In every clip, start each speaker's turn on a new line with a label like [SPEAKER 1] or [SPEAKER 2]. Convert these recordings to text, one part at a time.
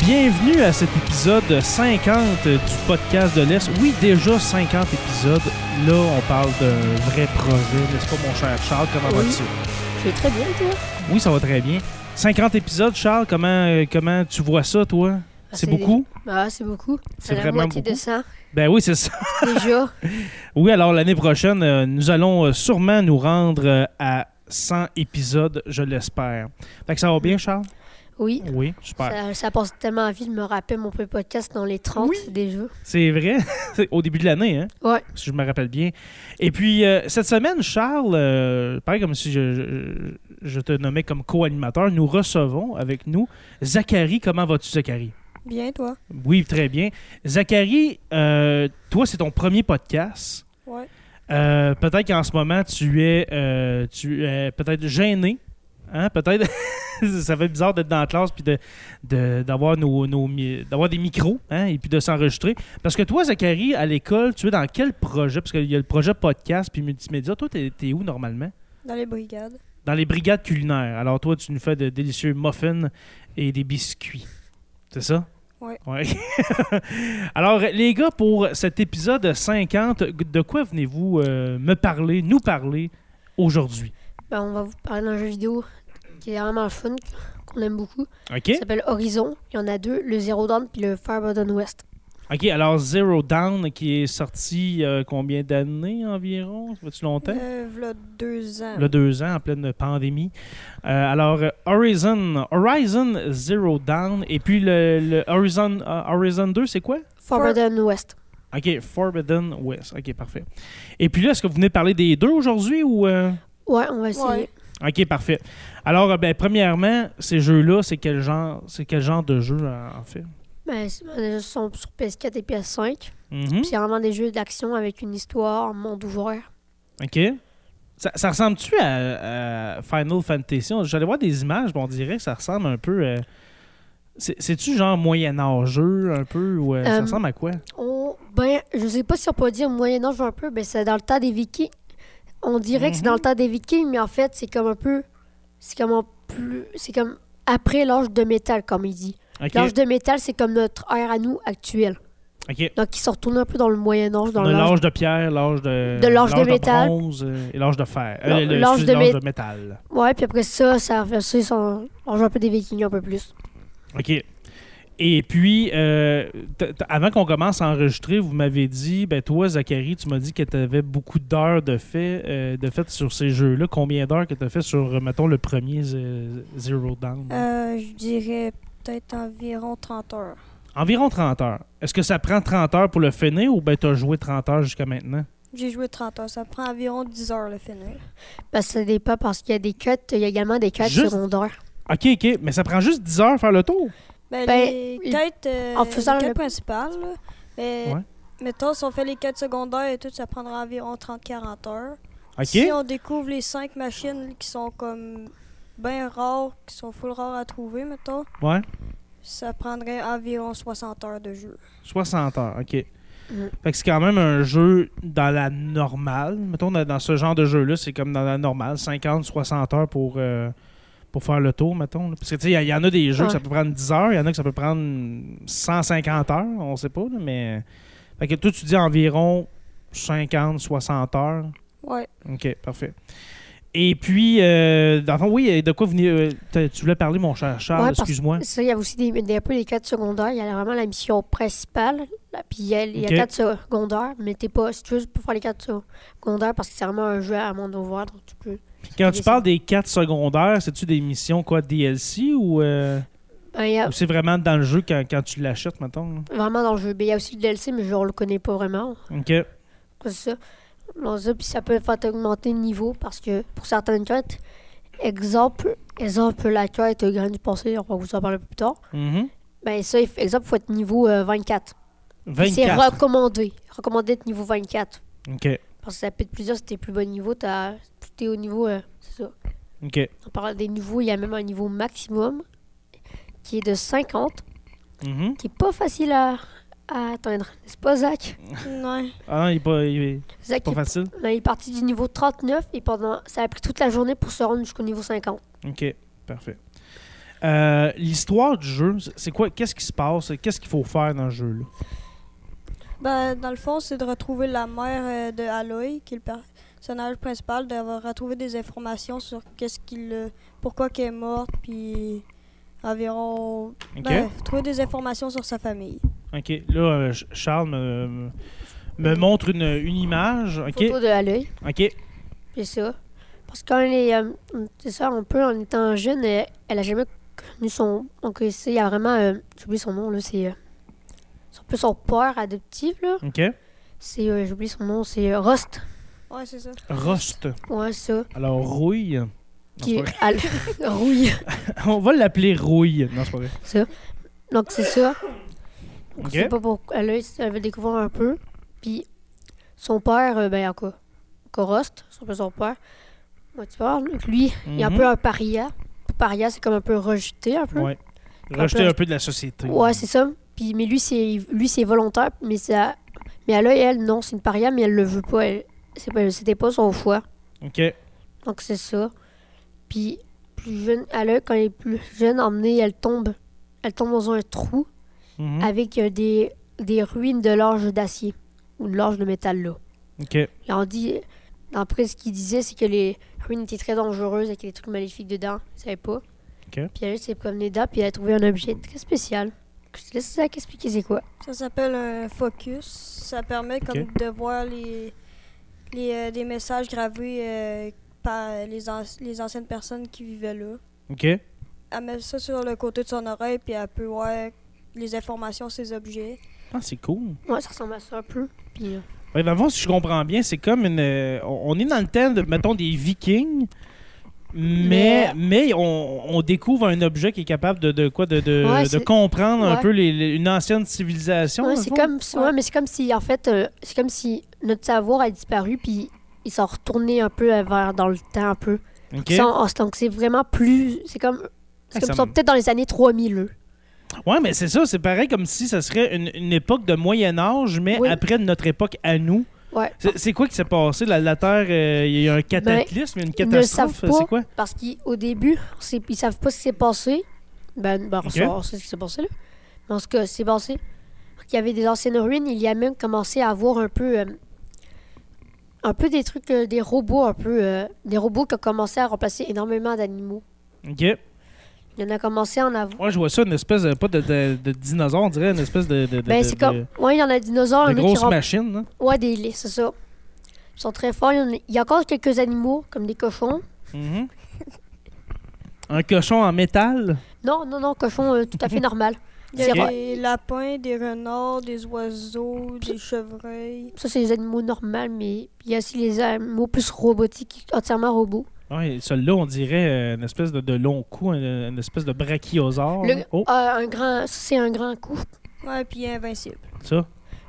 [SPEAKER 1] Bienvenue à cet épisode 50 du podcast de l'Est. Oui, déjà 50 épisodes. Là, on parle d'un vrai projet, n'est-ce pas, mon cher Charles? Comment
[SPEAKER 2] Oui.
[SPEAKER 1] vas-tu?
[SPEAKER 2] C'est très bien, toi.
[SPEAKER 1] Oui, ça va très bien. 50 épisodes, Charles, comment, euh, comment tu vois ça, toi?
[SPEAKER 2] Ah,
[SPEAKER 1] c'est
[SPEAKER 2] c'est-
[SPEAKER 1] beaucoup?
[SPEAKER 2] Ah, c'est beaucoup.
[SPEAKER 1] C'est
[SPEAKER 2] À la
[SPEAKER 1] vraiment
[SPEAKER 2] moitié
[SPEAKER 1] beaucoup.
[SPEAKER 2] de ça,
[SPEAKER 1] Ben oui, c'est ça.
[SPEAKER 2] déjà.
[SPEAKER 1] Oui, alors l'année prochaine, euh, nous allons euh, sûrement nous rendre euh, à 100 épisodes, je l'espère. Fait que ça va bien, Charles?
[SPEAKER 2] Oui.
[SPEAKER 1] Oui, super.
[SPEAKER 2] Ça, ça passe tellement vite, je me rappelle mon premier podcast dans les 30 déjà.
[SPEAKER 1] C'est vrai, C'est au début de l'année, hein?
[SPEAKER 2] Ouais.
[SPEAKER 1] Si je me rappelle bien. Et puis, euh, cette semaine, Charles, euh, pareil comme si je, je- je te nommais comme co-animateur, nous recevons avec nous Zachary. Comment vas-tu, Zachary?
[SPEAKER 3] Bien, toi?
[SPEAKER 1] Oui, très bien. Zachary, euh, toi, c'est ton premier podcast.
[SPEAKER 3] Ouais.
[SPEAKER 1] Euh, peut-être qu'en ce moment, tu es, euh, tu es peut-être gêné. Hein? Peut-être. ça fait bizarre d'être dans la classe puis de, de- d'avoir, nos, nos mi- d'avoir des micros hein? et puis de s'enregistrer. Parce que toi, Zachary, à l'école, tu es dans quel projet? Parce qu'il y a le projet podcast puis multimédia. Toi, t'es, t'es où normalement?
[SPEAKER 3] Dans les brigades.
[SPEAKER 1] Dans les brigades culinaires. Alors, toi, tu nous fais de délicieux muffins et des biscuits. C'est ça?
[SPEAKER 3] Ouais.
[SPEAKER 1] Alors, les gars, pour cet épisode 50, de quoi venez-vous euh, me parler, nous parler aujourd'hui?
[SPEAKER 2] Ben, on va vous parler d'un jeu vidéo qui est vraiment fun, qu'on aime beaucoup.
[SPEAKER 1] OK?
[SPEAKER 2] Ça s'appelle Horizon. Il y en a deux, le Zero Dawn puis le Firebottom West.
[SPEAKER 1] OK, alors Zero Down qui est sorti euh, combien d'années environ? Ça fait-tu longtemps?
[SPEAKER 3] Euh, v'là deux ans.
[SPEAKER 1] le deux ans en pleine pandémie. Euh, alors, euh, Horizon, Horizon Zero Down et puis le, le Horizon, euh, Horizon 2, c'est quoi?
[SPEAKER 2] Firebottom West.
[SPEAKER 1] OK, Forbidden West. OK, parfait. Et puis là, est-ce que vous venez parler des deux aujourd'hui ou... euh?
[SPEAKER 2] Ouais, on va essayer.
[SPEAKER 3] Ouais.
[SPEAKER 1] OK, parfait. Alors, euh, ben, premièrement, ces jeux-là, c'est quel genre c'est quel genre de jeu, en en fait?
[SPEAKER 2] Ben, c'est- ben, déjà, ils sont sur PS4 et PS5.
[SPEAKER 1] Mhm.
[SPEAKER 2] Puis C'est vraiment des jeux d'action avec une histoire, un monde ouvert.
[SPEAKER 1] OK. Ça, ça ressemble-tu à, à Final Fantasy? On- J'allais voir des images, mais on dirait que ça ressemble un peu... euh, c'est- C'est-tu genre moyen-âgeux, un peu? Ou, euh, ça
[SPEAKER 2] Euh,
[SPEAKER 1] ressemble à quoi?
[SPEAKER 2] On, ben, je sais pas si on peut dire Moyen-Âge un peu, mais c'est dans le temps des Vikings. On dirait que c'est
[SPEAKER 1] Mhm.
[SPEAKER 2] dans le temps des Vikings, mais en fait, c'est comme un peu. C'est comme en plus. C'est comme après l'âge de métal, comme il dit.
[SPEAKER 1] OK.
[SPEAKER 2] L'âge de métal, c'est comme notre ère à nous actuelle.
[SPEAKER 1] OK.
[SPEAKER 2] Donc, ils sont retournés un peu dans le Moyen-Âge, dans
[SPEAKER 1] On a
[SPEAKER 2] l'âge.
[SPEAKER 1] l'âge de pierre, l'âge de...
[SPEAKER 2] De l'âge de métal.
[SPEAKER 1] bronze, euh, et l'âge de fer. Euh,
[SPEAKER 2] L'âge
[SPEAKER 1] le- le-
[SPEAKER 2] de
[SPEAKER 1] excusez,
[SPEAKER 2] mé-
[SPEAKER 1] l'âge de métal.
[SPEAKER 2] Ouais, puis après ça, ça fait ça, ils sont. On joue un peu des Vikings un peu plus.
[SPEAKER 1] OK. Et puis, euh, t- t- avant qu'on commence à enregistrer, vous m'avez dit, ben toi, Zachary, tu m'as dit que tu avais beaucoup d'heures de fait, euh, de fait sur ces jeux-là. Combien d'heures que tu as fait sur, euh, mettons, le premier Z- Zero Down?
[SPEAKER 3] Euh, je dirais peut-être environ 30 heures.
[SPEAKER 1] Environ 30 heures. Est-ce que ça prend 30 heures pour le finir ou ben tu as joué 30 heures jusqu'à maintenant?
[SPEAKER 3] J'ai joué 30 heures. Ça prend environ 10 heures le finir.
[SPEAKER 2] Parce que ça dépend parce qu'il y a des cuts, il y a également des cuts
[SPEAKER 1] Juste-
[SPEAKER 2] secondaires.
[SPEAKER 1] OK, OK, mais ça prend juste 10 heures faire le tour.
[SPEAKER 3] Ben,
[SPEAKER 2] Ben,
[SPEAKER 3] les
[SPEAKER 2] il-
[SPEAKER 3] quêtes, euh,
[SPEAKER 2] en faisant
[SPEAKER 3] les quêtes
[SPEAKER 2] le-
[SPEAKER 3] principales, là, mais
[SPEAKER 1] Ouais.
[SPEAKER 3] mettons, si on fait les quêtes secondaires et tout, ça prendra environ 30-40 heures.
[SPEAKER 1] OK?
[SPEAKER 3] Si on découvre les 5 machines qui sont comme bien rares, qui sont full rares à trouver, mettons,
[SPEAKER 1] Ouais.
[SPEAKER 3] ça prendrait environ 60 heures de jeu.
[SPEAKER 1] 60 heures, OK.
[SPEAKER 2] Mm.
[SPEAKER 1] Fait que c'est quand même un jeu dans la normale. Mettons, dans, dans ce genre de jeu-là, c'est comme dans la normale, 50-60 heures pour, euh, pour faire le tour, mettons. là. Parce que, tu sais, il y, en a des jeux que ça
[SPEAKER 2] Ouais.
[SPEAKER 1] peut prendre 10 heures, il y en a que ça peut prendre 150 heures, on sait pas, là, mais... Fait que toi, tu dis environ 50-60 heures.
[SPEAKER 3] Ouais.
[SPEAKER 1] OK, parfait. Et puis, euh, dans le fond, oui, de quoi vous venez... euh, t'as- tu voulais parler, mon cher Charles,
[SPEAKER 2] Ouais, parce-
[SPEAKER 1] excuse-moi.
[SPEAKER 2] Ça, il y a aussi des, des- un peu des quêtes secondaires. Il y a vraiment la mission principale, là, puis il y a il y a
[SPEAKER 1] Ok.
[SPEAKER 2] quatre secondaires, mais t'es pas si tu veux, tu peux faire les quatre secondaires parce que c'est vraiment un jeu à monde ouvert, donc tu peux.
[SPEAKER 1] Quand tu parles des 4 secondaires, c'est-tu des missions, quoi, DLC ou... euh,
[SPEAKER 2] Ben, il y a
[SPEAKER 1] Ou c'est vraiment dans le jeu quand, quand tu l'achètes, mettons. là?
[SPEAKER 2] vraiment dans le jeu. Mais il y a aussi le DLC, mais genre, on le connaît pas vraiment.
[SPEAKER 1] OK.
[SPEAKER 2] C'est ça. Dans ça, puis ça peut faire augmenter le niveau parce que pour certaines quêtes, exemple, exemple la quête grain du passé, on va vous en parler plus tard.
[SPEAKER 1] Mhm.
[SPEAKER 2] Ben ça, il f- exemple, faut être niveau euh, 24. Puis C'est
[SPEAKER 1] 24.
[SPEAKER 2] recommandé. Recommandé d'être niveau 24.
[SPEAKER 1] OK.
[SPEAKER 2] Parce que ça peut être plusieurs, si t'es plus bas niveau, t'as- plus t'es au niveau, euh, c'est ça.
[SPEAKER 1] OK.
[SPEAKER 2] On parle des niveaux, il y a même un niveau maximum qui est de 50,
[SPEAKER 1] Mhm.
[SPEAKER 2] qui est pas facile à, à atteindre. N'est-ce pas, Zach?
[SPEAKER 3] Ouais.
[SPEAKER 1] Ah non, il est pas, il est
[SPEAKER 2] Zach,
[SPEAKER 1] pas
[SPEAKER 2] il,
[SPEAKER 1] facile.
[SPEAKER 2] ben, il est parti du niveau 39 et pendant, ça a pris toute la journée pour se rendre jusqu'au niveau 50.
[SPEAKER 1] OK. Parfait. Euh, L'histoire du jeu, c'est- c'est quoi? Qu'est-ce qui se passe? Qu'est-ce qu'il faut faire dans le jeu? là?
[SPEAKER 3] Ben, dans le fond, c'est de retrouver la mère euh, de Aloy, qui est le per- personnage principal, d'avoir retrouvé des informations sur qu'est-ce qu'il, euh, pourquoi qu'elle est morte, puis environ.
[SPEAKER 1] OK?
[SPEAKER 3] Ben, trouver des informations sur sa famille.
[SPEAKER 1] OK. Là, euh, Ch- Charles me, me- me montre une, une image. OK?
[SPEAKER 2] Photo de à l'œil,
[SPEAKER 1] OK.
[SPEAKER 2] c'est ça. Parce que quand elle est. euh, c'est ça, un peu, en étant jeune, elle, elle a jamais connu son. Donc, ici, il y a vraiment. euh, J'ai oublié son nom, là, c'est. euh, c'est un peu son père adoptif, là.
[SPEAKER 1] OK.
[SPEAKER 2] C'est. euh, J'ai oublié son nom, c'est euh, Rust.
[SPEAKER 3] Ouais, c'est ça.
[SPEAKER 1] Rost.
[SPEAKER 2] Ouais, c'est ça.
[SPEAKER 1] Alors, rouille. Non,
[SPEAKER 2] Qui
[SPEAKER 1] c'est pas
[SPEAKER 2] elle- rouille.
[SPEAKER 1] vrai. On va l'appeler rouille. Non, c'est pas vrai.
[SPEAKER 2] Donc, c'est ça.
[SPEAKER 1] OK?
[SPEAKER 2] Je sais pas pourquoi. Elle, elle veut découvrir un peu. Puis son père, euh, ben, encore, Corost, c'est un peu son père. Moi, tu parles. Donc, lui, il est un
[SPEAKER 1] Mhm.
[SPEAKER 2] peu un paria. Paria, c'est comme un peu rejeté, un peu.
[SPEAKER 1] Ouais. Rejeter un peu de la société.
[SPEAKER 2] Ouais, c'est ça. Puis, mais lui, c'est lui, c'est volontaire. Mais ça, mais à l'œil, elle, non, c'est une paria, mais elle le veut pas. Elle, c'est pas- c'était pas son choix.
[SPEAKER 1] OK.
[SPEAKER 2] Donc c'est ça. Puis plus jeune, à l'œil, quand elle est plus jeune, emmenée, elle tombe, elle tombe dans un trou.
[SPEAKER 1] Mhm.
[SPEAKER 2] avec euh, des, des ruines de l'orge d'acier ou de l'orge de métal là.
[SPEAKER 1] OK.
[SPEAKER 2] Et on dit, après ce qu'il disait, c'est que les ruines étaient très dangereuses avec des trucs maléfiques dedans. Je savais pas. Puis elle s'est promenée dedans puis elle a trouvé un objet très spécial. Je te laisse Zach expliquer c'est quoi.
[SPEAKER 3] Ça s'appelle un focus. Ça permet comme
[SPEAKER 1] Ok.
[SPEAKER 3] de voir les, les euh, des messages gravés euh, par les, anci- les anciennes personnes qui vivaient là.
[SPEAKER 1] OK.
[SPEAKER 3] Elle met ça sur le côté de son oreille, puis elle peut voir les informations sur ces objets.
[SPEAKER 1] Ah, c'est cool.
[SPEAKER 2] Moi, ça ressemble à ça un peu. Puis, euh,
[SPEAKER 1] Ouais, dans le fond, si je comprends bien, c'est comme une. euh, on on est dans le thème, de, mettons, des Vikings. Mais, mais on, on découvre un objet qui est capable de, de quoi de, de,
[SPEAKER 2] Ouais,
[SPEAKER 1] de
[SPEAKER 2] c'est-
[SPEAKER 1] comprendre un
[SPEAKER 2] ouais.
[SPEAKER 1] peu les- les- une ancienne civilisation.
[SPEAKER 2] ouais,
[SPEAKER 1] dans le
[SPEAKER 2] c'est
[SPEAKER 1] fond.
[SPEAKER 2] comme, ouais,
[SPEAKER 3] Ouais.
[SPEAKER 2] mais c'est comme si en fait, euh, c'est comme si notre savoir a disparu puis ils sont retournés un peu vers dans le temps un peu.
[SPEAKER 1] OK.
[SPEAKER 2] Ils sont- oh, c'est- donc c'est vraiment plus, c'est comme,
[SPEAKER 1] Ah,
[SPEAKER 2] c'est comme
[SPEAKER 1] ça
[SPEAKER 2] ils sont
[SPEAKER 1] me-
[SPEAKER 2] peut-être dans les années 3000. eux.
[SPEAKER 1] Ouais, mais c'est ça, c'est pareil comme si ça serait une, une époque de Moyen Âge, mais
[SPEAKER 2] Oui.
[SPEAKER 1] après notre époque à nous.
[SPEAKER 2] Ouais. Ben,
[SPEAKER 1] C'est c'est quoi qui s'est passé? La, la Terre, euh, il y a eu un cataclysme, une
[SPEAKER 2] ils ne le
[SPEAKER 1] catastrophe,
[SPEAKER 2] savent pas.
[SPEAKER 1] c'est quoi?
[SPEAKER 2] Parce qu'au début, on sait- ils savent pas ce qui s'est passé. Ben, ben on,
[SPEAKER 1] Ok.
[SPEAKER 2] sait, on sait ce qui s'est passé là. Mais en tout cas, c'est passé. Il y avait des anciennes ruines, il y a même commencé à avoir un peu. euh, un peu des trucs, euh, des robots, un peu. euh, des robots qui ont commencé à remplacer énormément d'animaux.
[SPEAKER 1] OK.
[SPEAKER 2] Il y en a commencé à en avoir.
[SPEAKER 1] Ouais, je vois ça, une espèce, de, pas de, de- de dinosaure, on dirait une espèce de, de, de-
[SPEAKER 2] Ben,
[SPEAKER 1] de-
[SPEAKER 2] c'est
[SPEAKER 1] de-
[SPEAKER 2] comme. Ouais, il y en a des dinosaures,
[SPEAKER 1] de
[SPEAKER 2] il y en a qui
[SPEAKER 1] grosses
[SPEAKER 2] rem-
[SPEAKER 1] machines. là.
[SPEAKER 2] Ouais, des lits, c'est ça. Ils sont très forts. Il y, en a... il y a encore quelques animaux, comme des cochons.
[SPEAKER 1] Mhm. Un cochon en métal.
[SPEAKER 2] Non, non, non, cochons euh, tout à fait normal.
[SPEAKER 3] Il y a
[SPEAKER 2] C'est vrai.
[SPEAKER 3] des lapins, des renards, des oiseaux, des chevreuils.
[SPEAKER 2] Ça, c'est les animaux normaux, mais il y a aussi les animaux plus robotiques, entièrement robots.
[SPEAKER 1] Ouais, celui-là, on dirait euh, une espèce de, de long cou, une, une espèce de brachiosaure.
[SPEAKER 2] Le-
[SPEAKER 1] là. Oh,
[SPEAKER 2] Ah, un grand, ça, c'est un grand coup.
[SPEAKER 3] Ouais, puis invincible.
[SPEAKER 1] ça.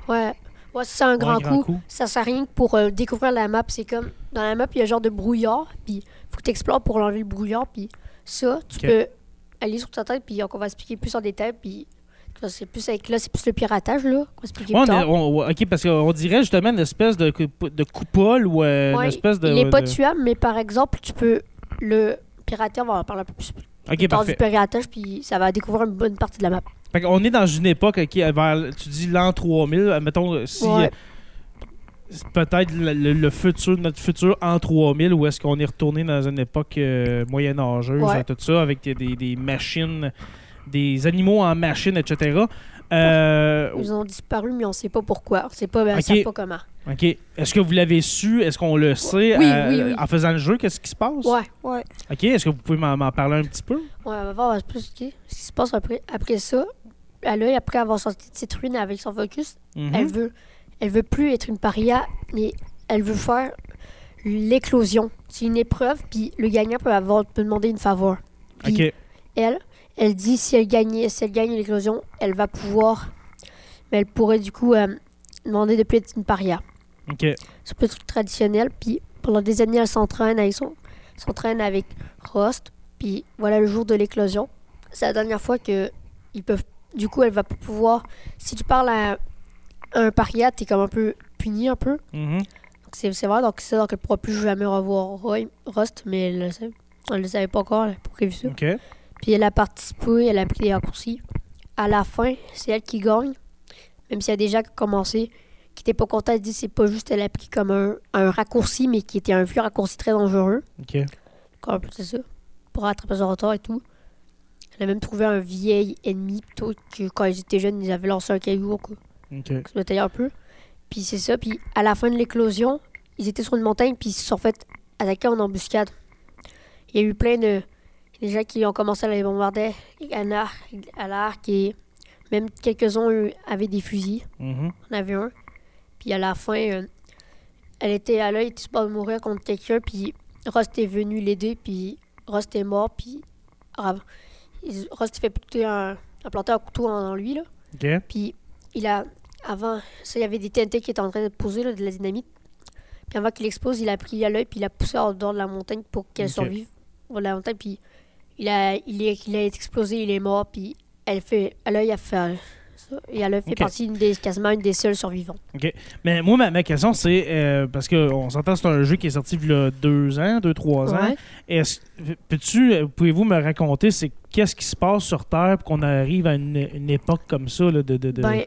[SPEAKER 2] Ouais, ouais ça, c'est un
[SPEAKER 1] ouais,
[SPEAKER 2] grand, coup.
[SPEAKER 1] coup.
[SPEAKER 2] Ça sert à rien que pour euh, découvrir la map. C'est comme dans la map, il y a un genre de brouillard, puis faut que tu explores pour enlever le brouillard, puis ça, tu
[SPEAKER 1] Ok.
[SPEAKER 2] peux aller sur ta tête, puis on va expliquer plus en détail, puis ça, c'est plus avec là, c'est plus le piratage là. qu'on va expliquer
[SPEAKER 1] Ouais,
[SPEAKER 2] plus
[SPEAKER 1] on est-
[SPEAKER 2] tard.
[SPEAKER 1] on- ouais, ok, parce qu'on dirait justement une espèce de, coup- de coupole ou euh, une
[SPEAKER 2] Ouais,
[SPEAKER 1] espèce de.
[SPEAKER 2] il est pas
[SPEAKER 1] de-
[SPEAKER 2] tuable, mais par exemple, tu peux le pirater. On va en parler un peu plus
[SPEAKER 1] Ok,
[SPEAKER 2] tard du
[SPEAKER 1] parfait.
[SPEAKER 2] piratage, puis ça va découvrir une bonne partie de la map.
[SPEAKER 1] on est dans une époque qui vers, tu dis l'an 3000, euh, mettons euh, si
[SPEAKER 2] Ouais.
[SPEAKER 1] euh, c'est peut-être le, le- le futur, notre futur en 3000, où est-ce qu'on est retourné dans une époque euh, moyen-âgeuse,
[SPEAKER 2] Ouais.
[SPEAKER 1] euh, tout ça, avec des, des- des machines, des animaux en machine, etc. Euh,
[SPEAKER 2] Ils ont disparu, mais on sait pas pourquoi. On sait pas, ben,
[SPEAKER 1] Ok.
[SPEAKER 2] savent pas comment.
[SPEAKER 1] ok, est-ce que vous l'avez su, est-ce qu'on le sait
[SPEAKER 2] Oui,
[SPEAKER 1] euh,
[SPEAKER 2] oui, oui.
[SPEAKER 1] en faisant le jeu, qu'est-ce qui se passe
[SPEAKER 2] Ouais,
[SPEAKER 3] Ouais.
[SPEAKER 1] Ok, est-ce que vous pouvez m'en m'en parler un petit peu
[SPEAKER 2] on va voir plus ce qui ce qui se passe après, après ça. À l'œil, après avoir sorti de cette ruine avec son focus,
[SPEAKER 1] Mhm.
[SPEAKER 2] elle veut elle veut plus être une paria, mais elle veut faire l'éclosion. C'est une épreuve, puis le gagnant peut, avoir, peut demander une faveur. Puis
[SPEAKER 1] Ok,
[SPEAKER 2] elle, elle dit si elle gagne, si elle gagne l'éclosion, elle va pouvoir, mais elle pourrait du coup euh, demander de plus être une paria.
[SPEAKER 1] ok,
[SPEAKER 2] C'est plus traditionnel. Puis pendant des années, elle s'entraîne avec son, s'entraîne avec Rost. Puis voilà le jour de l'éclosion. C'est la dernière fois que ils peuvent. Du coup, elle va pas pouvoir. Si tu parles à un paria, t'es comme un peu puni un peu.
[SPEAKER 1] Mhm.
[SPEAKER 2] Donc, C'est c'est vrai. Donc c'est donc elle pourra plus jamais revoir Roy, Rost, mais elle le savait, elle le savait pas encore. Elle a pas prévu ça.
[SPEAKER 1] ok.
[SPEAKER 2] Puis elle a participé, elle a pris des raccourcis. À la fin, c'est elle qui gagne. Même s'il y a des gens qui ont commencé, qui n'étaient pas contents, ils disent c'est pas juste elle a pris comme un, un raccourci, mais qui était un vieux raccourci très dangereux.
[SPEAKER 1] OK.
[SPEAKER 2] Comme c'est ça. Pour rattraper son retard et tout. Elle a même trouvé un vieil ennemi plutôt que quand ils étaient jeunes, ils avaient lancé un caillou ou quoi.
[SPEAKER 1] OK.
[SPEAKER 2] Ils se battaient un peu. Puis c'est ça. Puis à la fin de l'éclosion, ils étaient sur une montagne puis ils se sont fait attaquer en embuscade. Il y a eu plein de des gens qui ont commencé à les bombarder à l'arc, à l'arc et même quelques-uns eu- avaient des fusils.
[SPEAKER 1] Mhm.
[SPEAKER 2] On avait un. Puis à la fin, euh, elle était à l'œil, elle était sur le bord de mourir contre quelqu'un. Puis Rost est venu l'aider. Puis Rost est mort. Puis ah, ils- Rost fait planter un, implanter un couteau en, en lui. Là.
[SPEAKER 1] OK.
[SPEAKER 2] Puis il a. Avant, ça, il y avait des TNT qui étaient en train de poser là, de la dynamite. Puis avant qu'il explose, il a pris à l'œil. Puis il a poussé en dehors de la montagne pour qu'elle
[SPEAKER 1] Ok.
[SPEAKER 2] survive. Pour la montagne. Puis il a, il, est, il a explosé, il est mort. Puis elle fait. À l'œil, a fait. ça, Et elle a fait
[SPEAKER 1] Ok.
[SPEAKER 2] partie une des, quasiment une des seules survivantes.
[SPEAKER 1] Mais moi, ma, ma question, c'est euh, parce qu'on s'entend, c'est un jeu qui est sorti il y a deux ans, deux, trois ans.
[SPEAKER 2] Ouais.
[SPEAKER 1] Est-ce- peux-tu, euh, pouvez-vous me raconter c'est qu'est-ce qui se passe sur Terre pour qu'on arrive à une, une époque comme ça là, de, de, de-
[SPEAKER 2] Ben,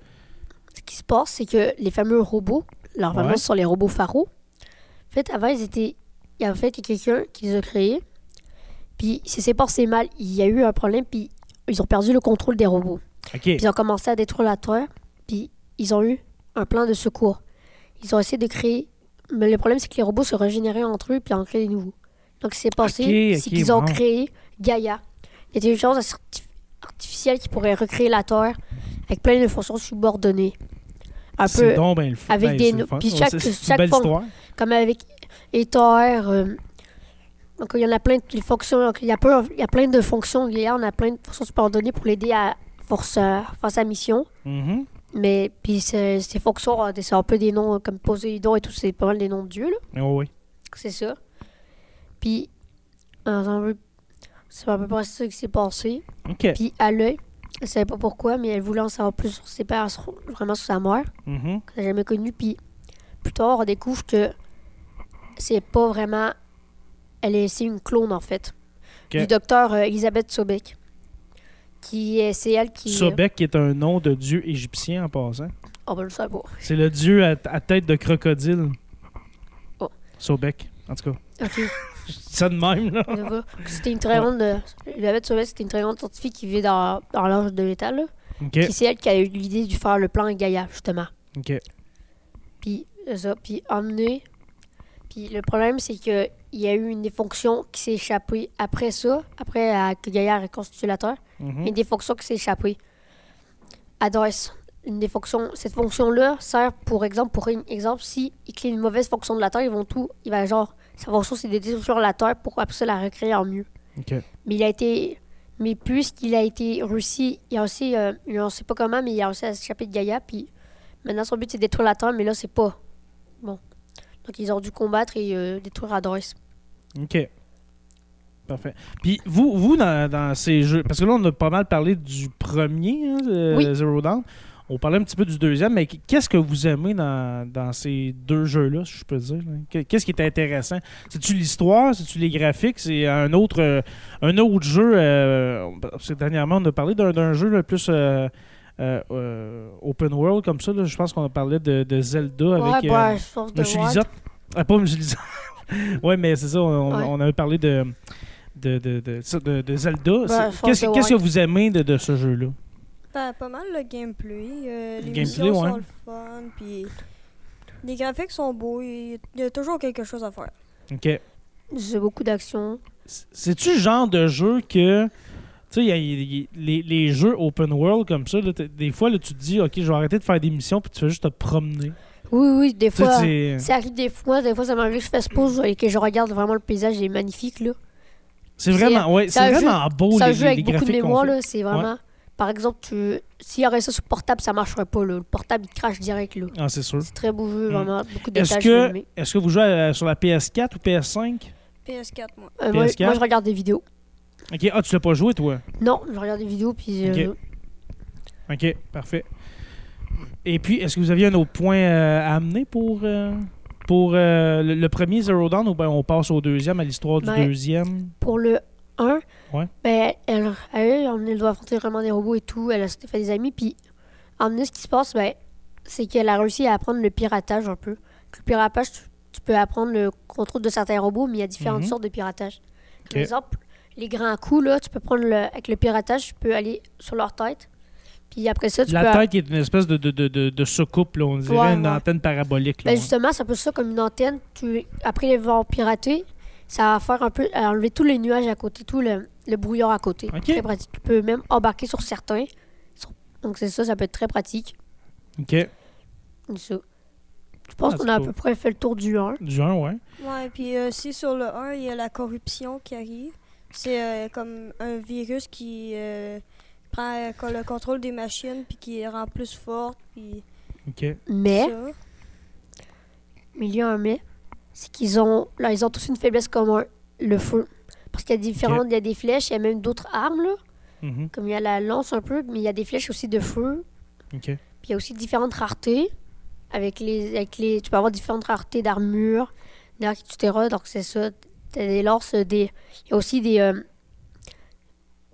[SPEAKER 2] ce qui se passe, c'est que les fameux robots, alors vraiment,
[SPEAKER 1] Ouais.
[SPEAKER 2] ce sont les robots pharo. En fait, avant, ils étaient. Il y a en fait quelqu'un qui les a créés. Puis, ça s'est passé mal. Il y a eu un problème, puis ils ont perdu le contrôle des robots.
[SPEAKER 1] Ok.
[SPEAKER 2] Puis, ils ont commencé à détruire la Terre, puis ils ont eu un plan de secours. Ils ont essayé de créer. Mais le problème, c'est que les robots se régénéraient entre eux, puis en créaient des nouveaux. Donc, ce qui s'est passé,
[SPEAKER 1] Ok,
[SPEAKER 2] c'est
[SPEAKER 1] ok,
[SPEAKER 2] qu'ils ont
[SPEAKER 1] wow.
[SPEAKER 2] créé Gaia, l'intelligence arti- artificielle qui pourrait recréer la Terre avec plein de fonctions subordonnées. Un
[SPEAKER 1] C'est
[SPEAKER 2] peu
[SPEAKER 1] donc ben, le fun.
[SPEAKER 2] avec
[SPEAKER 1] Ben,
[SPEAKER 2] des
[SPEAKER 1] c'est le
[SPEAKER 2] no-
[SPEAKER 1] fun.
[SPEAKER 2] puis
[SPEAKER 1] Ouais,
[SPEAKER 2] chaque-
[SPEAKER 1] c'est- c'est une
[SPEAKER 2] chaque
[SPEAKER 1] belle
[SPEAKER 2] forme.
[SPEAKER 1] histoire.
[SPEAKER 2] comme avec Ether. euh, donc, il y en a plein de les fonctions. donc, il, y a plein, il y a plein de fonctions Gaia. On a plein de fonctions subordonnées pour l'aider à force, à faire sa mission.
[SPEAKER 1] Mhm.
[SPEAKER 2] Mais puis c'est- ces fonctions, euh, c'est un peu des noms euh, comme Poséidon et tout, c'est pas mal des noms de dieux, là.
[SPEAKER 1] Ouais, ouais.
[SPEAKER 2] C'est ça. Puis, euh, c'est un peu- c'est à peu près ça qui s'est passé.
[SPEAKER 1] Ok.
[SPEAKER 2] Puis, à l'œil, elle savait pas pourquoi, mais elle voulait en savoir plus sur ses pères, sur- vraiment sur sa mère,
[SPEAKER 1] Mhm.
[SPEAKER 2] qu'elle n'a jamais connue. Puis, plus tard, on découvre que c'est pas vraiment. Elle est, c'est une clone, en fait.
[SPEAKER 1] Ok.
[SPEAKER 2] Du docteur euh, Elisabeth Sobek. Qui est, c'est elle qui.
[SPEAKER 1] Sobek qui est un nom de dieu égyptien en passant.
[SPEAKER 2] On va le savoir.
[SPEAKER 1] C'est le dieu à, à tête de crocodile.
[SPEAKER 2] Oh.
[SPEAKER 1] Sobek, en tout cas.
[SPEAKER 2] Ok.
[SPEAKER 1] Je dis ça de même, là.
[SPEAKER 2] Le gars, C'était une très
[SPEAKER 1] Ouais.
[SPEAKER 2] grande. euh, Elisabeth Sauvé, c'était une très grande scientifique qui vivait dans, dans l'âge de métal. là.
[SPEAKER 1] Ok.
[SPEAKER 2] Puis c'est elle qui a eu l'idée de faire le plan Gaïa, justement.
[SPEAKER 1] Ok.
[SPEAKER 2] Puis euh, ça, puis emmener. Puis le problème, c'est que il y a eu une des fonctions qui s'est échappée après ça, après euh, que Gaïa a reconstitué la Terre.
[SPEAKER 1] Mhm.
[SPEAKER 2] Une des fonctions qui s'est échappée. Adresse. Une des fonctions, cette fonction-là sert pour exemple, pour une- exemple, si il crée une mauvaise fonction de la Terre, ils vont tout, il va genre, sa fonction c'est de détruire la Terre pour après ça la recréer en mieux.
[SPEAKER 1] Ok.
[SPEAKER 2] Mais il a été. Mais puisqu'il a été réussi, il a aussi. euh, il- on ne sait pas comment, mais il a réussi à s'échapper de Gaïa. Puis maintenant, son but, c'est de détruire la Terre, mais là, c'est pas. Bon. Donc, ils ont dû combattre et euh, détruire Adoris.
[SPEAKER 1] OK. Parfait. Puis vous, vous dans, dans ces jeux, parce que là, on a pas mal parlé du premier, hein, de
[SPEAKER 2] Oui.
[SPEAKER 1] Zero Dawn. On parlait un petit peu du deuxième, mais qu'est-ce que vous aimez dans, dans ces deux jeux-là, si je peux dire? hein? Que- Qu'est-ce qui est intéressant? C'est-tu l'histoire? C'est-tu les graphiques? C'est un autre, euh, un autre jeu. euh, parce que dernièrement, on a parlé d'un d'un jeu là, plus euh, euh, euh, open world comme ça. là. Je pense qu'on a parlé de, de Zelda avec.
[SPEAKER 2] ouais,
[SPEAKER 1] euh,
[SPEAKER 2] bah, sauf de
[SPEAKER 1] Monsieur
[SPEAKER 2] Watt.
[SPEAKER 1] Lisotte. Ah, pas Monsieur Lisotte. ouais, mais c'est ça, on,
[SPEAKER 2] Ouais.
[SPEAKER 1] on avait parlé de, de, de, de, ça, de- de Zelda.
[SPEAKER 2] Ben,
[SPEAKER 1] C'est-
[SPEAKER 2] Force
[SPEAKER 1] Qu'est-ce
[SPEAKER 2] of
[SPEAKER 1] qu'est-ce que
[SPEAKER 2] White.
[SPEAKER 1] vous aimez de, de ce jeu-là?
[SPEAKER 3] Ben, pas mal le gameplay. euh,
[SPEAKER 1] Le
[SPEAKER 3] les
[SPEAKER 1] gameplay,
[SPEAKER 3] missions
[SPEAKER 1] ouais.
[SPEAKER 3] sont le fun, puis les graphiques sont beaux. Il y a toujours quelque chose à faire.
[SPEAKER 1] OK.
[SPEAKER 2] J'ai beaucoup d'action.
[SPEAKER 1] C- C'est-tu le genre de jeu que. Tu sais, il y a- il y a- les, les jeux open world comme ça, là, t'es- des fois, là, tu te dis, OK, je vais arrêter de faire des missions, puis tu vas juste te promener.
[SPEAKER 2] Oui, oui, des
[SPEAKER 1] Tu sais,
[SPEAKER 2] fois.
[SPEAKER 1] c'est-
[SPEAKER 2] Ça arrive des fois, des fois ça m'arrive que je fasse pause et que je regarde vraiment le paysage, il est magnifique là.
[SPEAKER 1] c'est
[SPEAKER 2] c'est-
[SPEAKER 1] vraiment, ouais,
[SPEAKER 2] c'est
[SPEAKER 1] c'est
[SPEAKER 2] un jeu-
[SPEAKER 1] vraiment beau
[SPEAKER 2] ça
[SPEAKER 1] Oh, les,
[SPEAKER 2] joue
[SPEAKER 1] les-
[SPEAKER 2] avec
[SPEAKER 1] les
[SPEAKER 2] beaucoup de
[SPEAKER 1] graphiques qu'on
[SPEAKER 2] mémoire
[SPEAKER 1] fait.
[SPEAKER 2] là, c'est vraiment. Par exemple, tu... s'il y aurait ça sur portable, ça marcherait pas là. Le portable il crache direct là.
[SPEAKER 1] Ah, c'est sûr.
[SPEAKER 2] C'est très beau jeu,
[SPEAKER 1] Mm.
[SPEAKER 2] vraiment. Beaucoup de
[SPEAKER 1] Est-ce
[SPEAKER 2] détails, j'ai
[SPEAKER 1] que,
[SPEAKER 2] aimé.
[SPEAKER 1] est que vous jouez à- sur la PS4 ou PS5?
[SPEAKER 3] PS4, moi.
[SPEAKER 2] Euh, moi,
[SPEAKER 1] PS4?
[SPEAKER 2] moi, je regarde des vidéos.
[SPEAKER 1] OK, ah, tu l'as pas joué, toi?
[SPEAKER 2] Non, je regarde des vidéos, puis. euh,
[SPEAKER 1] OK, parfait. Et puis, est-ce que vous aviez un autre point euh, à amener pour, euh, pour euh, le, le premier Zero Dawn ou ben on passe au deuxième, à l'histoire du
[SPEAKER 2] Ouais.
[SPEAKER 1] deuxième?
[SPEAKER 2] pour le 1.
[SPEAKER 1] Ouais.
[SPEAKER 2] Ben, elle, à eux, on- elle doit affronter vraiment des robots et tout. Elle a fait des amis. Puis, en donné, ce qui se passe, ben, c'est qu'elle a réussi à apprendre le piratage un peu. Le piratage, tu, tu peux apprendre le contrôle de certains robots, mais il y a différentes
[SPEAKER 1] Mhm.
[SPEAKER 2] sortes de piratage. Par
[SPEAKER 1] Ok.
[SPEAKER 2] exemple, les grands coups, là, tu peux prendre le, avec le piratage, tu peux aller sur leur tête. Puis après ça, tu peux.
[SPEAKER 1] La tête qui est une espèce de, de, de, de, de soucoupe, là, on dirait
[SPEAKER 2] Ouais,
[SPEAKER 1] une
[SPEAKER 2] ouais.
[SPEAKER 1] antenne parabolique. Là,
[SPEAKER 2] Ben
[SPEAKER 1] ouais.
[SPEAKER 2] justement, ça peut ça comme une antenne. Tu, après, ils vont pirater. Ça va faire un peu à enlever tous les nuages à côté, tout le, le brouillard à côté.
[SPEAKER 1] Ok.
[SPEAKER 2] Très pratique. Tu peux même embarquer sur certains. Sur- Donc c'est ça, ça peut être très pratique.
[SPEAKER 1] OK.
[SPEAKER 2] Ça. Je pense
[SPEAKER 1] Ah,
[SPEAKER 2] qu'on
[SPEAKER 1] c'est
[SPEAKER 2] a à
[SPEAKER 1] cool.
[SPEAKER 2] peu près fait le tour du 1.
[SPEAKER 1] Du 1, ouais.
[SPEAKER 3] Ouais, et puis euh, si sur le 1, il y a la corruption qui arrive, c'est euh, comme un virus qui euh, prend euh, co- le contrôle des machines puis qui les rend plus fortes. Puis
[SPEAKER 1] OK.
[SPEAKER 2] Mais,
[SPEAKER 3] ça.
[SPEAKER 2] mais il y a un mais, c'est qu'ils ont, là, ils ont tous une faiblesse commune, le feu. Parce qu'il y a différentes, il y a des flèches, il y a même d'autres armes, là,
[SPEAKER 1] Mhm.
[SPEAKER 2] comme il y a la lance un peu, mais il y a des flèches aussi de feu.
[SPEAKER 1] OK.
[SPEAKER 2] Puis il y a aussi différentes raretés. Avec les, avec les, tu peux avoir différentes raretés d'armure, d'architecture, donc c'est ça. T'as des lances, des, il y a aussi des, euh,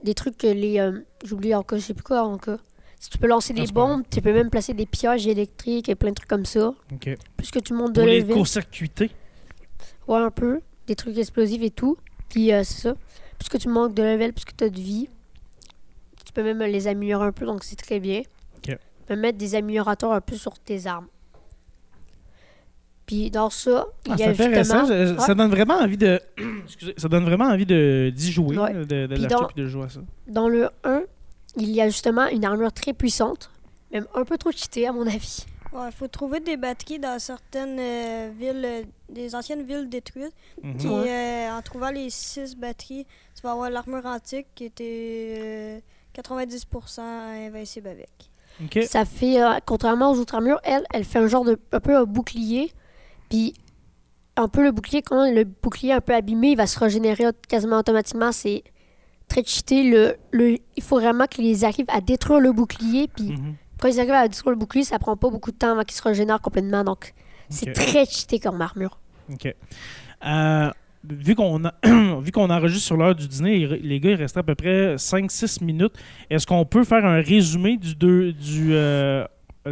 [SPEAKER 2] des trucs que les, euh, j'oublie encore, je sais plus quoi encore. Si tu peux lancer
[SPEAKER 1] Ah,
[SPEAKER 2] des
[SPEAKER 1] c'est pas
[SPEAKER 2] bombes, tu peux même placer des pièges électriques et plein de trucs comme ça.
[SPEAKER 1] OK.
[SPEAKER 2] Plus que tu montes de
[SPEAKER 1] Pour les
[SPEAKER 2] level,
[SPEAKER 1] court-circuiter.
[SPEAKER 2] ouais un peu, des trucs explosifs et tout. Puis euh, c'est ça. Plus que tu manques de level, plus que tu as de vie, tu peux même les améliorer un peu, donc c'est très bien.
[SPEAKER 1] Ok.
[SPEAKER 2] Tu peux mettre des améliorateurs un peu sur tes armes. Puis dans ça,
[SPEAKER 1] Ah,
[SPEAKER 2] il y
[SPEAKER 1] c'est
[SPEAKER 2] a
[SPEAKER 1] intéressant.
[SPEAKER 2] justement...
[SPEAKER 1] Ça, ça donne vraiment envie de. Excusez, ça donne vraiment envie de d'y jouer,
[SPEAKER 2] Ouais.
[SPEAKER 1] de, de
[SPEAKER 2] Puis
[SPEAKER 1] l'acheter
[SPEAKER 2] dans-
[SPEAKER 1] puis de jouer à ça.
[SPEAKER 2] Dans le 1, il y a justement une armure très puissante, même un peu trop cheatée à mon avis.
[SPEAKER 3] Ouais, faut trouver des batteries dans certaines euh, villes, euh, des anciennes villes détruites.
[SPEAKER 1] Mhm.
[SPEAKER 3] Puis
[SPEAKER 2] Ouais.
[SPEAKER 3] euh, en trouvant les 6 batteries, tu vas avoir l'armure antique qui était euh, 90% invincible avec.
[SPEAKER 1] OK.
[SPEAKER 2] Ça fait, euh, contrairement aux autres armures, elle, elle fait un genre de, un peu un bouclier. Puis, un peu le bouclier, quand le bouclier est un peu abîmé, il va se régénérer aut- quasiment automatiquement. C'est très cheaté. Le, le, il faut vraiment qu'ils arrivent à détruire le bouclier. Puis,
[SPEAKER 1] Mhm.
[SPEAKER 2] quand ils arrivent à détruire le bouclier, ça prend pas beaucoup de temps avant qu'il se régénère complètement. Donc, c'est
[SPEAKER 1] Ok.
[SPEAKER 2] très cheaté comme armure.
[SPEAKER 1] OK. Euh, vu qu'on a- vu qu'on enregistre sur l'heure du dîner, il re- les gars, il reste à peu près 5-6 minutes. Est-ce qu'on peut faire un résumé du, deux- du, euh,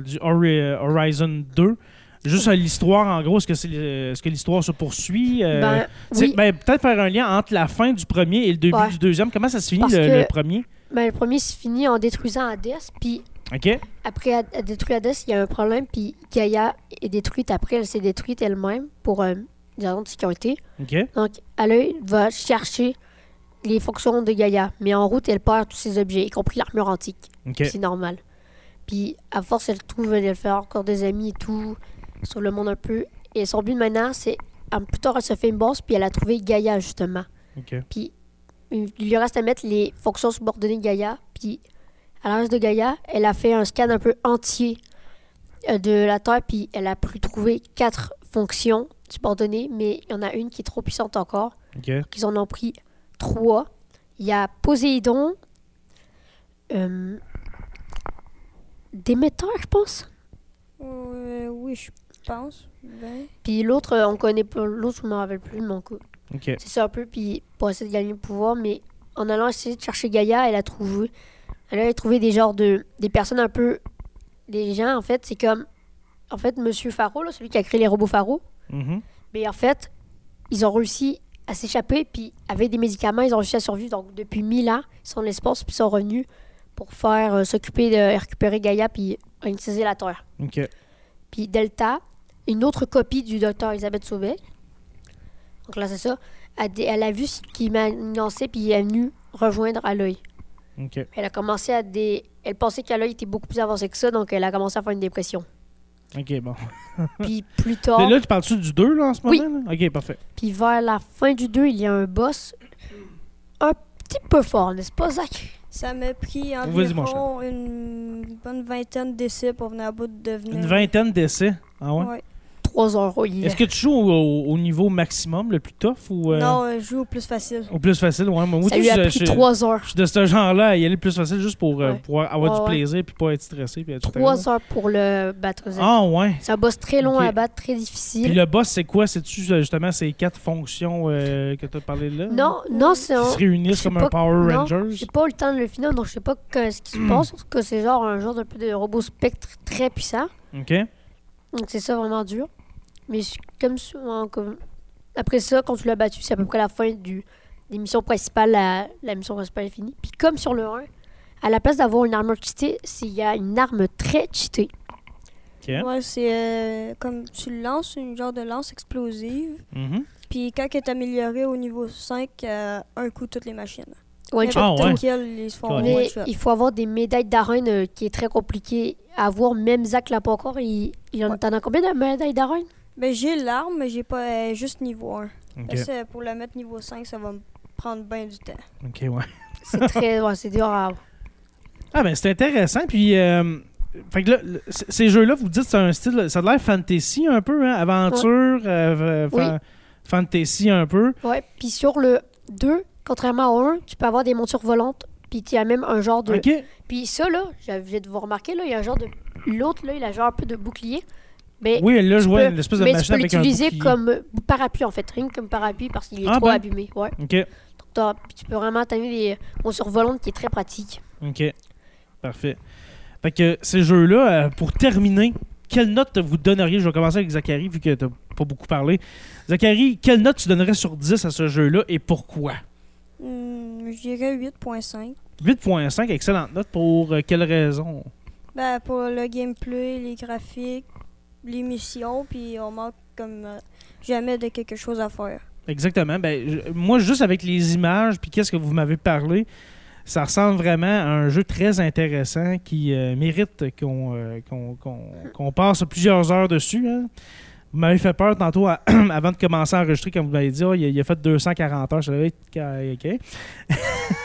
[SPEAKER 1] du Hori- euh, Horizon 2? Juste à l'histoire, en gros, est-ce que, est, ce que l'histoire se poursuit? Euh,
[SPEAKER 2] ben,
[SPEAKER 1] tu sais,
[SPEAKER 2] oui.
[SPEAKER 1] ben, Peut-être faire un lien entre la fin du premier et le début
[SPEAKER 2] Ouais.
[SPEAKER 1] du deuxième. Comment ça se finit,
[SPEAKER 2] Parce
[SPEAKER 1] le,
[SPEAKER 2] que-
[SPEAKER 1] le premier?
[SPEAKER 2] Ben, le premier se finit en détruisant Hades. Puis,
[SPEAKER 1] OK?
[SPEAKER 2] après à, à détruire Hades, il y a un problème. Puis, Gaïa est détruite. Après, elle s'est détruite elle-même pour euh, des raisons de sécurité.
[SPEAKER 1] OK?
[SPEAKER 2] Donc, elle va chercher les fonctions de Gaïa, mais en route, elle perd tous ses objets, y compris l'armure antique.
[SPEAKER 1] OK.
[SPEAKER 2] C'est normal. Puis, à force, elle trouve, elle fait encore des amis et tout, sur le monde un peu. Et son but maintenant, c'est. un- Plus tard, elle se fait une bosse, puis elle a trouvé Gaïa, justement.
[SPEAKER 1] OK.
[SPEAKER 2] Puis, il il lui reste à mettre les fonctions subordonnées de Gaïa. Puis, à l'arrière de Gaïa, elle a fait un scan un peu entier euh, de la Terre. Puis, elle a pu trouver quatre fonctions subordonnées, mais il y en a une qui est trop puissante encore.
[SPEAKER 1] OK.
[SPEAKER 2] Ils en ont pris trois. Il y a Poséidon, euh, Déméter, je pense.
[SPEAKER 3] Euh, oui, je pense. Ben.
[SPEAKER 2] Puis l'autre, euh, on connaît pas. L'autre, je m'en rappelle plus, mais on co-
[SPEAKER 1] OK.
[SPEAKER 2] C'est ça un peu, puis pour essayer de gagner le pouvoir, mais en allant essayer de chercher Gaïa, elle a trouvé, elle a trouvé des genres de, des personnes un peu, des gens en fait, c'est comme, en fait, Monsieur Faro, là, celui qui a créé les robots Faro,
[SPEAKER 1] Mhm.
[SPEAKER 2] mais en fait, ils ont réussi à s'échapper, puis avec des médicaments, ils ont réussi à survivre, donc depuis 1000 ans, ils sont de l'espace, puis ils sont revenus pour faire, euh, s'occuper de récupérer Gaïa, puis utiliser la Terre
[SPEAKER 1] OK.
[SPEAKER 2] puis Delta, une autre copie du docteur Elisabeth Sauvé. Donc là, c'est ça. Elle, dé- elle a vu ce qui m'a annoncé, puis elle est venue rejoindre Aloy.
[SPEAKER 1] OK.
[SPEAKER 2] Elle a commencé à des... Elle pensait qu'Aloy était beaucoup plus avancée que ça, donc elle a commencé à faire une dépression.
[SPEAKER 1] OK, bon.
[SPEAKER 2] Puis plus tard,
[SPEAKER 1] Là, là, tu parles-tu du 2, là, en ce
[SPEAKER 2] Oui.
[SPEAKER 1] moment? là? OK, parfait.
[SPEAKER 2] puis vers la fin du 2, il y a un boss un petit peu fort, n'est-ce pas, Zach?
[SPEAKER 3] Ça m'a pris
[SPEAKER 1] Vas-y, mon
[SPEAKER 3] environ une bonne vingtaine d'essais pour venir à bout de devenir.
[SPEAKER 1] Une vingtaine d'essais. Ah ouais?
[SPEAKER 3] Ouais.
[SPEAKER 2] 3 euros hier.
[SPEAKER 1] Est-ce que tu joues au, au niveau maximum, le plus tough ou. euh,
[SPEAKER 3] Non, euh, je joue au plus facile.
[SPEAKER 1] Au plus facile, ouais. Moi,
[SPEAKER 2] ça
[SPEAKER 1] tu-
[SPEAKER 2] lui a
[SPEAKER 1] je-
[SPEAKER 2] pris
[SPEAKER 1] je-
[SPEAKER 2] 3 heures.
[SPEAKER 1] Je suis de ce genre-là à y aller le plus facile juste pour, euh,
[SPEAKER 2] Ouais.
[SPEAKER 1] pouvoir avoir
[SPEAKER 2] Ouais,
[SPEAKER 1] du
[SPEAKER 2] ouais.
[SPEAKER 1] plaisir puis pas être stressé. Puis être
[SPEAKER 2] 3 heures pour le battre. aux ailes.
[SPEAKER 1] Ah, ouais.
[SPEAKER 2] C'est un boss très long
[SPEAKER 1] Ok.
[SPEAKER 2] à battre, très
[SPEAKER 1] Puis
[SPEAKER 2] difficile.
[SPEAKER 1] le boss, c'est quoi C'est-tu euh, justement ces quatre fonctions euh, que tu as parlé là
[SPEAKER 2] Non, non, c'est
[SPEAKER 1] Qui
[SPEAKER 2] un.
[SPEAKER 1] se réunissent
[SPEAKER 2] je
[SPEAKER 1] comme
[SPEAKER 2] sais
[SPEAKER 1] un
[SPEAKER 2] pas-
[SPEAKER 1] Power
[SPEAKER 2] non,
[SPEAKER 1] Rangers
[SPEAKER 2] J'ai pas eu le temps de le finir, donc je sais pas que- ce
[SPEAKER 1] Hmm.
[SPEAKER 2] qui se passe. En tout cas, c'est genre un genre de, de robot spectre très puissant.
[SPEAKER 1] Ok.
[SPEAKER 2] Donc c'est ça vraiment dur. Mais je- comme souvent, comme- après ça, quand tu l'as battu, c'est à peu près la fin du, des missions principales. La, la mission principale est finie. Puis comme sur le 1, à la place d'avoir une armure cheatée, c'est- il y a une arme très cheatée.
[SPEAKER 1] Hein?
[SPEAKER 3] Ouais, c'est euh, comme tu lances une genre de lance explosive.
[SPEAKER 1] Mhm.
[SPEAKER 3] Puis quand elle est améliorée au niveau 5, euh, un coup toutes les machines.
[SPEAKER 2] One
[SPEAKER 3] N'importe
[SPEAKER 2] shot.
[SPEAKER 1] Ah, ouais.
[SPEAKER 3] quel, ils se font
[SPEAKER 1] Ouais.
[SPEAKER 2] Mais
[SPEAKER 3] one shot.
[SPEAKER 2] il faut avoir des médailles d'arène euh, qui est très compliqué à avoir. Même Zach l'a pas encore. Il, il en
[SPEAKER 3] Ouais.
[SPEAKER 2] t'en as combien de médailles d'arène
[SPEAKER 3] Ben, j'ai l'arme, mais j'ai pas euh, juste niveau 1.
[SPEAKER 1] Ok.
[SPEAKER 3] Parce que pour la mettre niveau 5, ça va me prendre bien du temps.
[SPEAKER 1] Ok, ouais.
[SPEAKER 2] C'est très. ouais, c'est dur à avoir.
[SPEAKER 1] Ah, ben c'est intéressant. Puis, euh, fait que là, le- c- ces jeux-là, vous dites, c'est un style, ça a l'air fantasy un peu, hein? Aventure, euh, fa- fantasy un peu.
[SPEAKER 2] Ouais. Puis sur le 2, contrairement au 1, tu peux avoir des montures volantes. Puis il y a même un genre de.
[SPEAKER 1] Ok.
[SPEAKER 2] Puis ça, là, j'avais de vous remarquer, là, il y a un genre de. L'autre, là, il a genre un peu de bouclier. Mais
[SPEAKER 1] Oui, là,
[SPEAKER 2] tu
[SPEAKER 1] je vois
[SPEAKER 2] peux-
[SPEAKER 1] une espèce de
[SPEAKER 2] mais
[SPEAKER 1] machine
[SPEAKER 2] tu peux
[SPEAKER 1] avec un
[SPEAKER 2] l'utiliser
[SPEAKER 1] bouclier.
[SPEAKER 2] comme euh, parapluie, en fait. Rien que comme parapluie parce qu'il est
[SPEAKER 1] Ah
[SPEAKER 2] trop
[SPEAKER 1] ben.
[SPEAKER 2] abîmé. Ouais.
[SPEAKER 1] Ok.
[SPEAKER 2] Donc, t'as- puis tu peux vraiment atteindre des montures volantes qui est très pratique.
[SPEAKER 1] OK. Parfait. Fait que ces jeux-là, euh, pour terminer, quelle note vous donneriez Je vais commencer avec Zachary, vu que t'as pas beaucoup parlé. Zachary, quelle note tu donnerais sur 10 à ce jeu-là et pourquoi
[SPEAKER 3] Hmm, je dirais 8.5.
[SPEAKER 1] 8.5, excellente note. Pour euh, quelle raison
[SPEAKER 3] Ben, pour le gameplay, les graphiques, les missions, puis on manque comme euh, jamais de quelque chose à faire.
[SPEAKER 1] Exactement. Ben, je- moi, juste avec les images, puis qu'est-ce que vous m'avez parlé, ça ressemble vraiment à un jeu très intéressant qui euh, mérite qu'on euh, qu'on- qu'on- qu'on passe plusieurs heures dessus. hein. Vous m'avez fait peur tantôt à- avant de commencer à enregistrer, quand vous m'avez dit, Ah, il, a, il a fait 240 heures. Je savais, OK.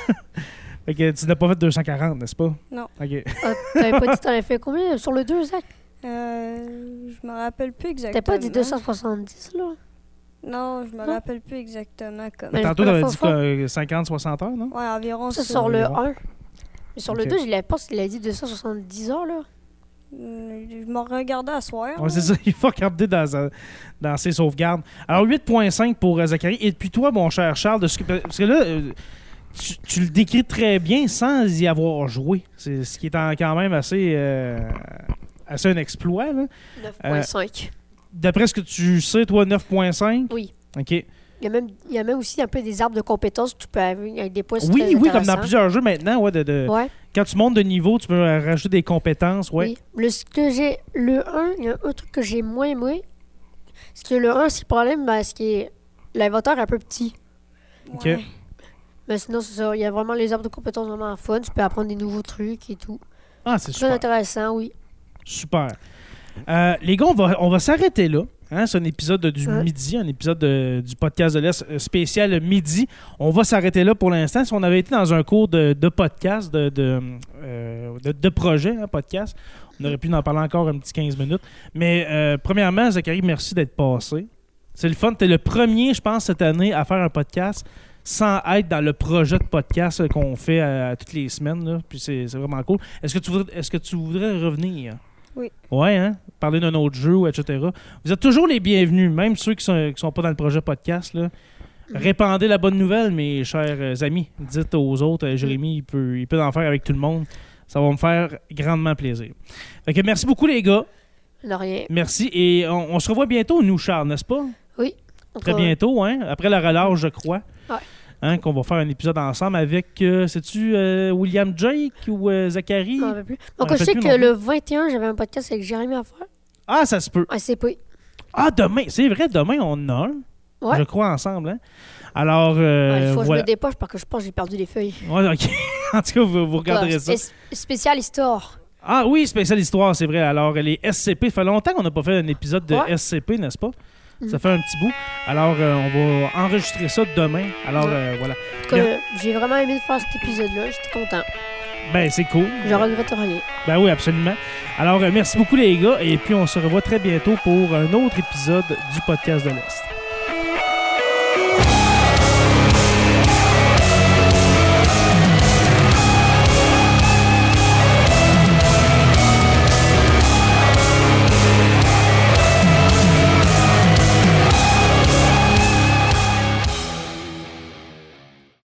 [SPEAKER 1] fait que tu n'as pas fait 240, n'est-ce pas?
[SPEAKER 3] Non.
[SPEAKER 1] OK.
[SPEAKER 2] Ah, T'avais pas dit t'en avais fait combien sur le 2, Zach
[SPEAKER 3] Euh, je me rappelle plus exactement.
[SPEAKER 2] T'as pas dit 270, là
[SPEAKER 3] Non, je me
[SPEAKER 2] Non.
[SPEAKER 3] rappelle plus exactement comment.
[SPEAKER 2] Mais-
[SPEAKER 1] Tantôt, tu
[SPEAKER 2] je peux la
[SPEAKER 1] avais
[SPEAKER 2] faire
[SPEAKER 1] dit
[SPEAKER 2] fort.
[SPEAKER 1] quoi, 50, 60 heures, non?
[SPEAKER 3] Ouais, environ
[SPEAKER 2] Ça,
[SPEAKER 3] ça.
[SPEAKER 2] sur le
[SPEAKER 1] environ.
[SPEAKER 2] 1. Mais sur
[SPEAKER 1] Ok.
[SPEAKER 2] le 2, je l'avais- pense qu'il a dit 270 heures, là.
[SPEAKER 3] Hmm, Je m'en regardais à soir.
[SPEAKER 1] Ouais, c'est ça, il faut regarder dans, sa- dans ses sauvegardes. Alors, 8.5 pour euh, Zachary. Et puis toi, mon cher Charles, de ce que- parce que là, euh, tu, tu le décris très bien sans y avoir joué. C'est ce qui est en- quand même assez, euh, assez un exploit. là.
[SPEAKER 2] 9.5.
[SPEAKER 1] Euh. D'après ce que tu sais, toi, 9.5.
[SPEAKER 2] Oui.
[SPEAKER 1] OK.
[SPEAKER 2] Il y, a même, il y a même aussi un peu des arbres de compétences que tu peux avoir avec des postes.
[SPEAKER 1] Oui, oui, comme dans plusieurs jeux maintenant. Ouais, de, de-
[SPEAKER 2] Ouais.
[SPEAKER 1] Quand tu montes de niveau, tu peux euh, rajouter des compétences. Ouais.
[SPEAKER 2] Oui. Le, ce que j'ai, le 1, il y a un truc que j'ai moins aimé. Parce que le 1, c'est le problème, ben, c'est que l'inventaire est un peu petit.
[SPEAKER 1] Ok.
[SPEAKER 3] Ouais.
[SPEAKER 2] Mais sinon, c'est ça. Il y a vraiment les arbres de compétences vraiment fun. Tu peux apprendre des nouveaux trucs et tout.
[SPEAKER 1] Ah, c'est
[SPEAKER 2] Très
[SPEAKER 1] super.
[SPEAKER 2] intéressant, oui.
[SPEAKER 1] Super. Euh, les gars, on va, on va s'arrêter là. Hein, c'est un épisode de- du
[SPEAKER 2] Ouais.
[SPEAKER 1] midi, un épisode de- du podcast de l'Est euh, spécial midi. On va s'arrêter là pour l'instant. Si on avait été dans un cours de, de podcast, de, de, euh, de- de projet, hein, podcast, on aurait pu en parler encore un petit 15 minutes. Mais euh, premièrement, Zachary, merci d'être passé. C'est le fun. Tu es le premier, je pense, cette année à faire un podcast sans être dans le projet de podcast euh, qu'on fait euh, toutes les semaines. là. Puis c'est c'est vraiment cool. Est-ce que, tu voudrais- est-ce que tu voudrais revenir?
[SPEAKER 3] Oui.
[SPEAKER 1] Ouais, hein? Parler d'un autre jeu, etc. Vous êtes toujours les bienvenus, même ceux qui sont, qui sont pas dans le projet podcast. Là. Répandez la bonne nouvelle, mes chers euh, amis. Dites aux autres, euh, Jérémy, il peut, il peut en faire avec tout le monde. Ça va me faire grandement plaisir. Fait que merci beaucoup, les gars.
[SPEAKER 2] De rien.
[SPEAKER 1] Merci. Et on, on se revoit bientôt, nous, Charles, n'est-ce pas? Très
[SPEAKER 2] Encore-
[SPEAKER 1] bientôt, hein? Après la relâche, je crois.
[SPEAKER 2] Ouais.
[SPEAKER 1] Hein, qu'on va faire un épisode ensemble avec, euh, sais-tu, euh, William Jake ou euh, Zachary?
[SPEAKER 2] Je m'en rappelle plus.
[SPEAKER 1] m'en
[SPEAKER 2] Donc, je
[SPEAKER 1] rappelle
[SPEAKER 2] sais
[SPEAKER 1] plus
[SPEAKER 2] que
[SPEAKER 1] non plus.
[SPEAKER 2] le 21, j'avais un podcast avec Jérémy à faire.
[SPEAKER 1] Ah, ça se peut.
[SPEAKER 2] Ah, c'est pas.
[SPEAKER 1] Ah, demain, c'est vrai, demain, on en a un.
[SPEAKER 2] Ouais.
[SPEAKER 1] Je crois ensemble. hein. Alors, euh,
[SPEAKER 2] Ah, il faut que je
[SPEAKER 1] voilà.
[SPEAKER 2] me dépoche parce que je pense que j'ai perdu les feuilles.
[SPEAKER 1] Ouais, ok. en tout cas, vous, vous regarderez
[SPEAKER 2] Ouais,
[SPEAKER 1] ça.
[SPEAKER 2] c'est- c'est Spécial histoire.
[SPEAKER 1] Ah oui, spécial histoire, c'est vrai. Alors, les SCP, ça fait longtemps qu'on n'a pas fait un épisode de
[SPEAKER 2] Ouais.
[SPEAKER 1] SCP, n'est-ce pas? Ça
[SPEAKER 2] Mhm.
[SPEAKER 1] fait un petit bout. Alors, euh, on va enregistrer ça demain. Alors,
[SPEAKER 2] Ouais.
[SPEAKER 1] euh, voilà.
[SPEAKER 2] En tout cas, J'ai vraiment aimé faire cet épisode-là. J'étais content.
[SPEAKER 1] Ben, c'est cool.
[SPEAKER 2] Je regrette rien.
[SPEAKER 1] Ben oui, absolument. Alors, euh, merci beaucoup, les gars. Et puis, on se revoit très bientôt pour un autre épisode du podcast de l'Est.